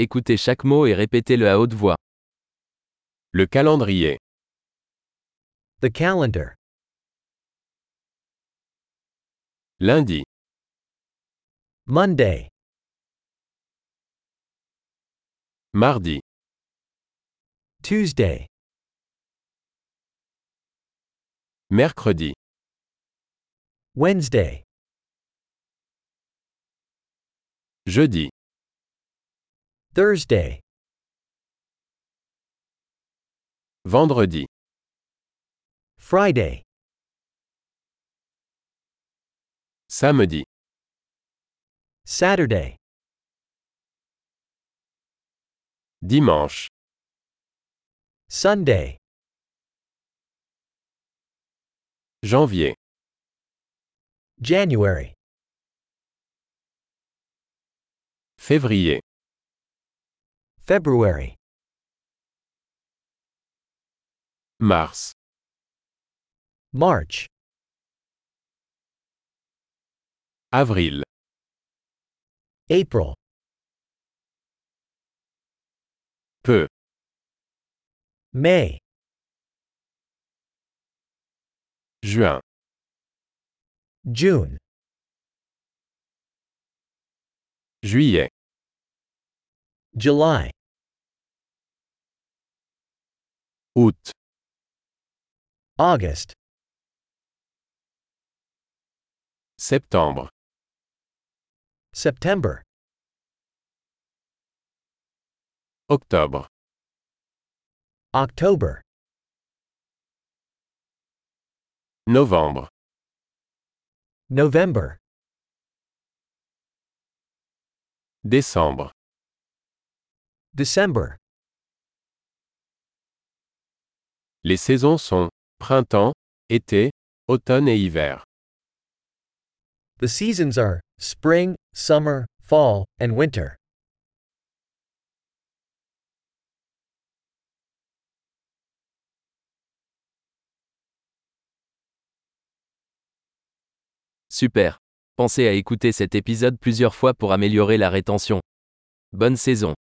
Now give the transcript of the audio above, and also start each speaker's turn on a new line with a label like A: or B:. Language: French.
A: Écoutez chaque mot et répétez-le à haute voix. Le calendrier.
B: The calendar.
A: Lundi,
B: Monday,
A: mardi,
B: Tuesday,
A: mercredi,
B: Wednesday,
A: jeudi,
B: Thursday,
A: vendredi,
B: Friday,
A: samedi,
B: Saturday,
A: dimanche,
B: Sunday,
A: janvier,
B: January,
A: février,
B: February,
A: mars,
B: March,
A: avril,
B: April,
A: peu,
B: May,
A: juin,
B: June,
A: juillet,
B: July,
A: août,
B: August,
A: septembre,
B: September,
A: octobre,
B: October,
A: novembre,
B: November,
A: décembre,
B: December.
A: les saisons sont printemps, été, automne et hiver.
B: The seasons are spring, summer, fall, and winter.
A: Super. Pensez à écouter cet épisode plusieurs fois pour améliorer la rétention. Bonne saison.